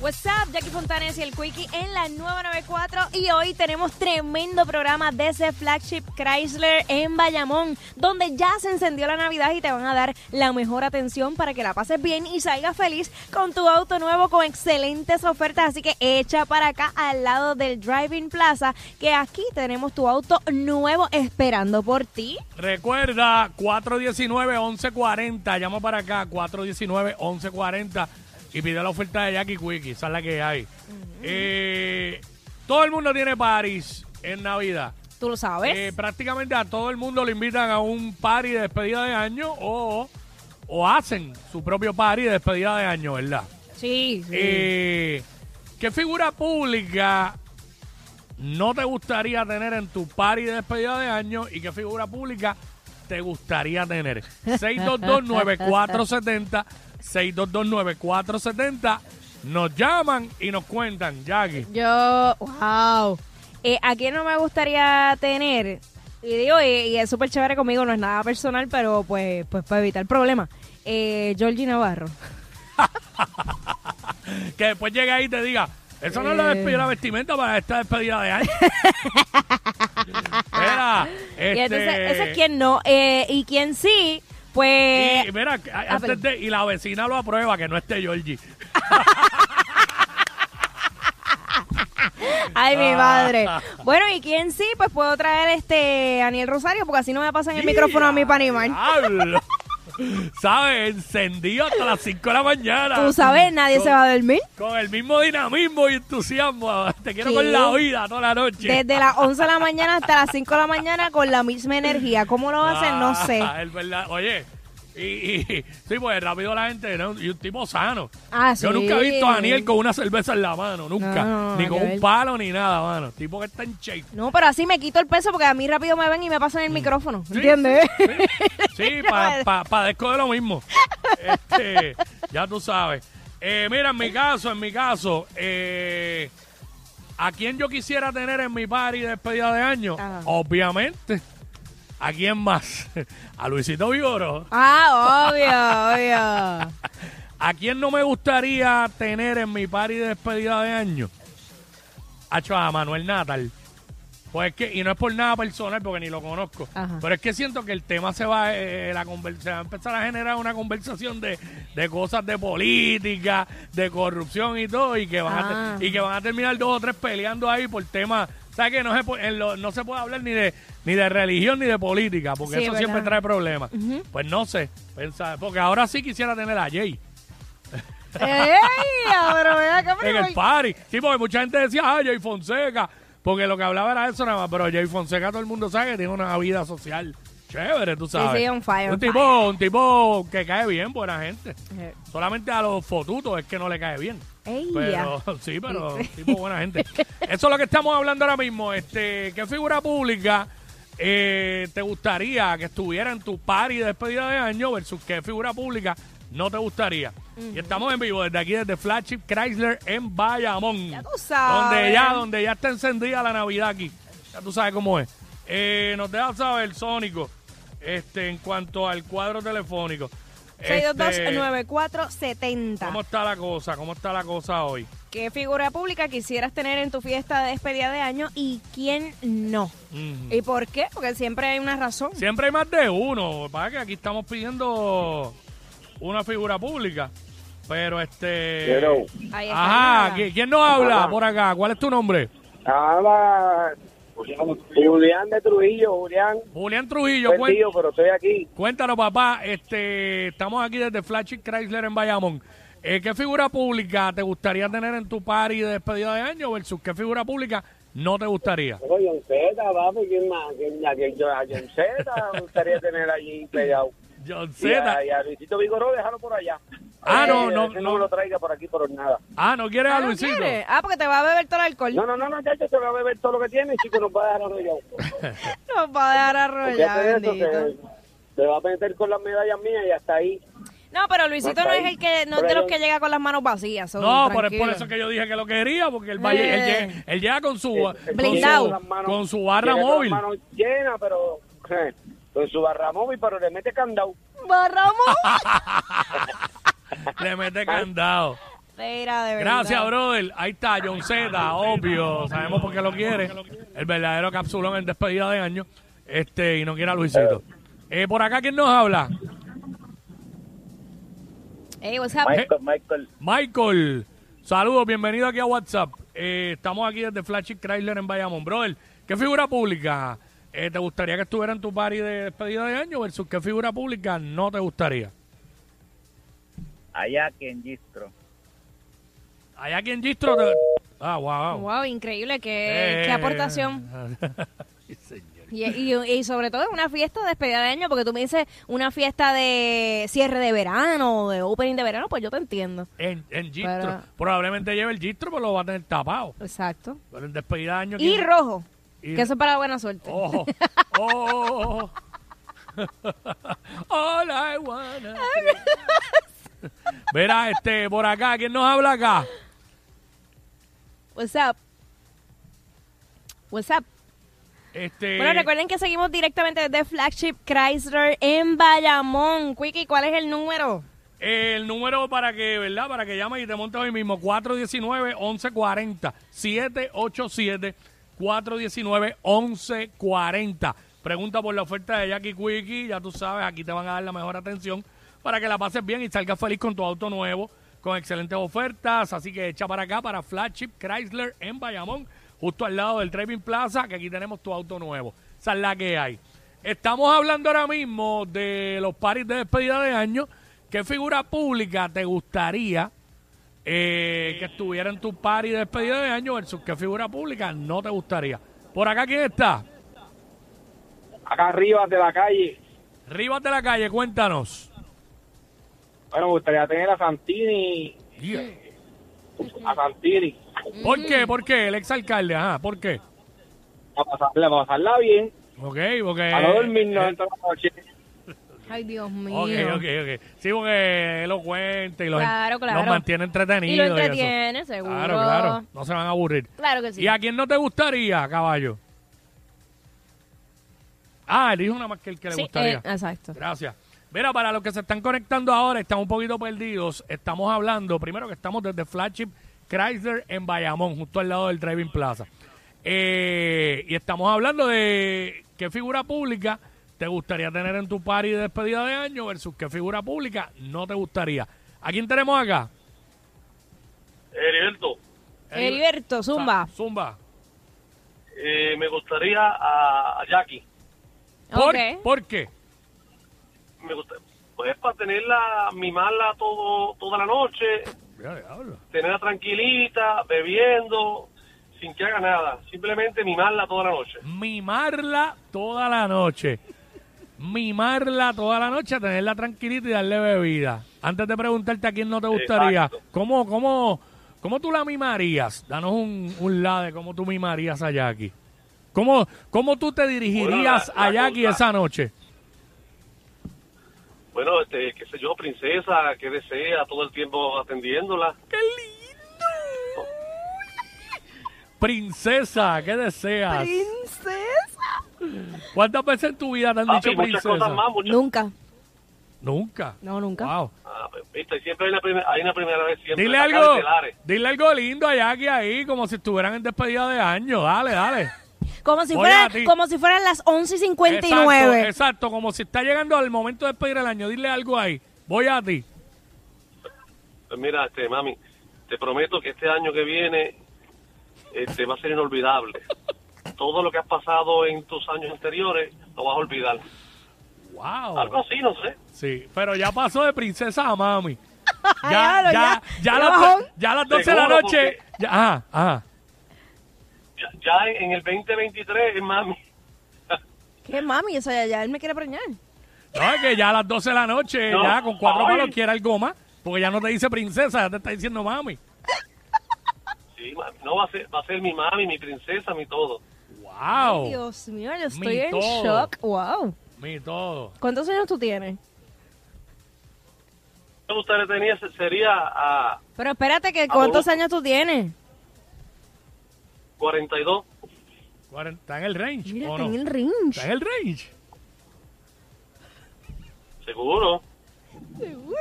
What's up, Jackie Fontanes y el Quickie en la 994 y hoy tenemos tremendo programa desde Flagship Chrysler en Bayamón, donde ya se encendió la Navidad y te van a dar la mejor atención para que la pases bien y salgas feliz con tu auto nuevo con excelentes ofertas, así que echa para acá al lado del Driving Plaza, que aquí tenemos tu auto nuevo esperando por ti. Recuerda, 419-1140. Llama para acá, 419-1140. Y pide la oferta de Jackie Quickie. Esa es la que hay. Eh, todo el mundo tiene París en Navidad. Tú lo sabes. Eh, prácticamente a todo el mundo le invitan a un party de despedida de año o, o hacen su propio party de despedida de año, ¿verdad? sí, sí. Eh, ¿Qué figura pública no te gustaría tener en tu party de despedida de año y qué figura pública te gustaría tener? 6229470, 6229470, nos llaman y nos cuentan, Jackie. Yo, wow. Eh, ¿A quién no me gustaría tener? Y digo, y, y es súper chévere conmigo, no es nada personal, pero pues, pues para evitar problemas. Eh, Georgie Navarro. Que después llegue ahí y te diga, eso no es Eh. la, despe- la vestimenta para esta despedida de año. Era, Y entonces, este- ese es quien no. Eh, y quien sí, pues. Y, mira, a- antes de- y la vecina lo aprueba, que no esté Georgie. ay, Ah. mi madre. Bueno, y quien sí, pues puedo traer este a Aniel Rosario, porque así no me pasan el micrófono a mí para animar. ¡Diablo! ¿Sabes? Encendido hasta las 5 de la mañana. Tú sabes, nadie Con- se va a dormir. Con el mismo dinamismo y entusiasmo. Te quiero Sí. con la vida toda la noche. Desde las 11 de la mañana hasta las 5 de la mañana con la misma energía. ¿Cómo lo hacen? No Ah, sé. es verdad. Oye, y, y- sí, pues rápido la gente, ¿no? y un tipo sano. Ah, Yo sí. nunca he visto a Daniel con una cerveza en la mano, No, nunca. no, ni nada con que un ver. palo ni nada, mano. Tipo que está en shape. No, pero así me quito el peso porque a mí rápido me ven y me pasan el micrófono. Mm. Sí, ¿Entiendes? sí, Sí, pa- pa- padezco de lo mismo. Este, ya tú sabes. Eh, mira, en mi caso, en mi caso, eh, ¿a quién yo quisiera tener en mi party de despedida de año? Ajá. Obviamente. ¿A quién más? A Luisito Vigoro. Ah, obvio, ¿A quién no me gustaría tener en mi party de despedida de año? Hacho, a Manuel Natal. Pues es que, y no es por nada personal porque ni lo conozco. Ajá. Pero es que siento que el tema se va, eh, la conver- se va a empezar a generar una conversación de, de cosas de política, de corrupción y todo, y que van, a, Ah. te- y que van a terminar dos o tres peleando ahí por temas. ¿Sabes que no se, pu- en lo- no se puede hablar ni de ni de religión ni de política? Porque Sí, eso ¿verdad? siempre trae problemas. Pues no sé, pensar, porque ahora sí quisiera tener a Jay obvio. ¡Ey! Pero ven acá, pero en el voy- party. Sí, porque mucha gente decía, ah, Jay Fonseca. Porque lo que hablaba era eso nada más. Pero Jay Fonseca, todo el mundo sabe que tiene una vida social chévere, tú sabes. sí, on fire, Un on tipo, un tipo que cae bien, buena gente. Eh, Solamente a los fotutos es que no le cae bien. ey, Pero, este- sí, pero un tipo buena gente. Eso es lo que estamos hablando ahora mismo. Este, ¿qué figura pública eh, te gustaría que estuviera en tu party de despedida de año versus qué figura pública no te gustaría? Y estamos en vivo desde aquí, desde Flagship Chrysler en Bayamón. Ya tú sabes. Donde ya, donde ya está encendida la Navidad aquí. Ya tú sabes cómo es. Eh, nos deja saber, Sónico, este, en cuanto al cuadro telefónico. Este, 6229470. ¿Cómo está la cosa? ¿Cómo está la cosa hoy? ¿Qué figura pública quisieras tener en tu fiesta de despedida de año y quién no? Ujú. ¿Y por qué? Porque siempre hay una razón. Siempre hay más de uno. Para que aquí estamos pidiendo una figura pública. Pero este. Pero Ahí está, Ajá, nada. ¿qui- ¿quién nos habla Ajá. por acá? ¿Cuál es tu nombre? habla Julián de Trujillo, Julián. Julián Trujillo. cuen- Perdido, pero estoy aquí. Cuéntanos, papá. Este, estamos aquí desde Flash Chrysler en Bayamón. Eh, ¿Qué figura pública te gustaría tener en tu party de despedida de año versus qué figura pública no te gustaría? Pero John Z, papi, ¿quién más? ¿Quién, a, quién, yo- a John Z me gustaría tener allí pegado. John Y a, Z. y a Luisito Vigoró, déjalo por allá. Eh, Ah, no, no, ese no. me lo traiga por aquí por nada. Ah, ¿no quieres Ah, a ¿no Luisito? quiere? Ah, porque te va a beber todo el alcohol. No, no, no, no, chacho, se va a beber todo lo que tiene, chico, nos va a dejar arrollado. Nos va a dejar Porque arrollado, hace eso, bendito. se, se va a meter con las medallas mías y hasta ahí. No, pero Luisito No no está es ahí. el que no es Por de ahí los no- que llega con las manos vacías. so, No, por, tranquilo. por eso que yo dije que lo quería, porque el Valle, él, Eh. llega, él llega con su, Eh, eh, Blindado. con sus manos- con su barra tiene móvil. Con las manos llenas, pero... eh, Con su barra móvil, pero le mete candado. Barramo. Le mete candado. Espera, de verdad. Gracias, brother. Ahí está, John Z, obvio. Sabemos por qué lo quiere. El verdadero capsulón en despedida de año. Este, y no quiere a Luisito. Eh, por acá, ¿quién nos habla? Hey, what's up? Mike. Michael, Michael. Michael. Saludos, bienvenido aquí a WhatsApp. Eh, estamos aquí desde Flashy Chrysler en Bayamón. Brother, ¿qué figura pública eh, te gustaría que estuviera en tu party de despedida de año versus qué figura pública no te gustaría? allá que en Gistro. Allá aquí en Gistro te... Ah, wow. Wow, increíble, qué, Eh, qué aportación. Sí, señor. Y, y- y sobre todo en una fiesta de despedida de año, porque tú me dices una fiesta de cierre de verano, de opening de verano, pues yo te entiendo. En, en Gistro. Pero- Probablemente lleve el Gistro, pero lo va a tener tapado. Exacto. Pero en despedida de año... Y ¿quién- rojo, Y- que eso es para buena suerte. Oh, oh, oh, oh. All I wanna do. Verá, este, por acá, ¿quién nos habla acá? What's up? What's up? Este, Bueno, recuerden que seguimos directamente desde Flagship Chrysler en Bayamón. Quickie, ¿cuál es el número? el número para que, ¿verdad? Para que llames y te montes hoy mismo, 419-1140, 787-419-1140. Pregunta por la oferta de Jackie Quickie, ya tú sabes, aquí te van a dar la mejor atención para que la pases bien y salgas feliz con tu auto nuevo, con excelentes ofertas, así que echa para acá, para Flagship Chrysler en Bayamón, justo al lado del Trading Plaza, que aquí tenemos tu auto nuevo. Esa es la que hay. Estamos hablando ahora mismo de los paris de despedida de año. ¿Qué figura pública te gustaría eh, que estuviera en tu party de despedida de año versus qué figura pública no te gustaría? Por acá, ¿quién está? Acá arriba de la calle. Rivas de la calle, cuéntanos. Bueno, me gustaría tener a Santini. A Santini. ¿Por Mm. qué? ¿Por qué? El exalcalde, ajá, ¿por qué? Para pasarla, para pasarla bien. Ok, porque... A no eh. dormirnos en toda la noche. Ay, Dios mío. Ok, ok, ok. Sí, porque elocuente y los, Claro, claro. los mantiene entretenidos. Y lo eso. entretiene, seguro. Claro, claro. No se van a aburrir. Claro que sí. ¿Y a quién no te gustaría, caballo? Ah, él dijo una más que el que le Sí, gustaría. eh, exacto. Gracias. Mira, para los que se están conectando ahora, están un poquito perdidos. Estamos hablando, primero que estamos desde Flagship Chrysler en Bayamón, justo al lado del Driving Plaza. Eh, y estamos hablando de qué figura pública te gustaría tener en tu party de despedida de año versus qué figura pública no te gustaría. ¿A quién tenemos acá? Heriberto, Heriberto, Zumba. Zumba. eh, me gustaría a, a Jackie. ¿Por, Ok. ¿Por qué? Me gusta, pues para tenerla, mimarla todo, toda la noche, Mira, diablo. tenerla tranquilita, bebiendo, sin que haga nada. Simplemente mimarla toda la noche. mimarla toda la noche. Mimarla toda la noche, tenerla tranquilita y darle bebida. Antes de preguntarte a quién no te gustaría, Exacto. ¿cómo, cómo, ¿cómo tú la mimarías? Danos un, un la de cómo tú mimarías a Jackie. ¿Cómo, cómo tú te dirigirías Bueno, la- la a Jackie cosa- esa noche? Bueno, este, qué sé yo, princesa, que desea, todo el tiempo atendiéndola. ¡Qué lindo! Oh. Princesa, ¿qué deseas? Princesa. ¿Cuántas veces en tu vida te han Papi, dicho muchas princesa? cosas más, muchas. Nunca. Nunca. No, nunca. Wow. Ah, pues, viste, siempre hay una, primer- hay una primera vez. Siempre Dile Acá algo, de Telares. dile algo lindo a Jackie ahí, como si estuvieran en despedida de año. Dale, dale. Como si, Voy fuera, a ti. como si fueran las 11 y 59. Exacto, exacto, como si está llegando al momento de despedir el año. Dile algo ahí. Voy a ti. Pues mira, este, mami, te prometo que este año que viene este, va a ser inolvidable. Todo lo que has pasado en tus años anteriores lo vas a olvidar. Algo Wow. así, no sé. Sí, pero ya pasó de princesa a mami. Ay, Ya, diablo, ya. ya, ya, Qué a las- bajón. ya a las 12 de la Seguro, noche. ya- ajá, ajá. Ya, ya en en el 2023, eh, mami, ¿Qué mami? O sea, ya él me quiere preñar. Oh. No, es que ya a las 12 de la noche, No. ya con cuatro Ay. palos quiere algo más. Porque ya no te dice princesa, ya te está diciendo mami. sí, mami, no va a ser, va a ser mi mami, mi princesa, mi todo. Wow. Dios mío, yo estoy en todo. shock. Wow. Mi todo. ¿Cuántos años tú tienes? Me gustaría tenía se- sería a Pero espérate, Ah, que ¿cuántos oh. Adolfo. años tú tienes? 42. Cuarenta- ¿Está en el range? Mira, o está no? en el Está range. en el range. Seguro. Seguro.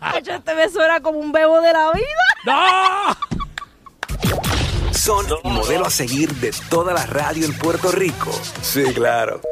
Hacho, este me suena como un bebo de la vida. ¡No! Son modelo a seguir de toda la radio en Puerto Rico. Sí, claro.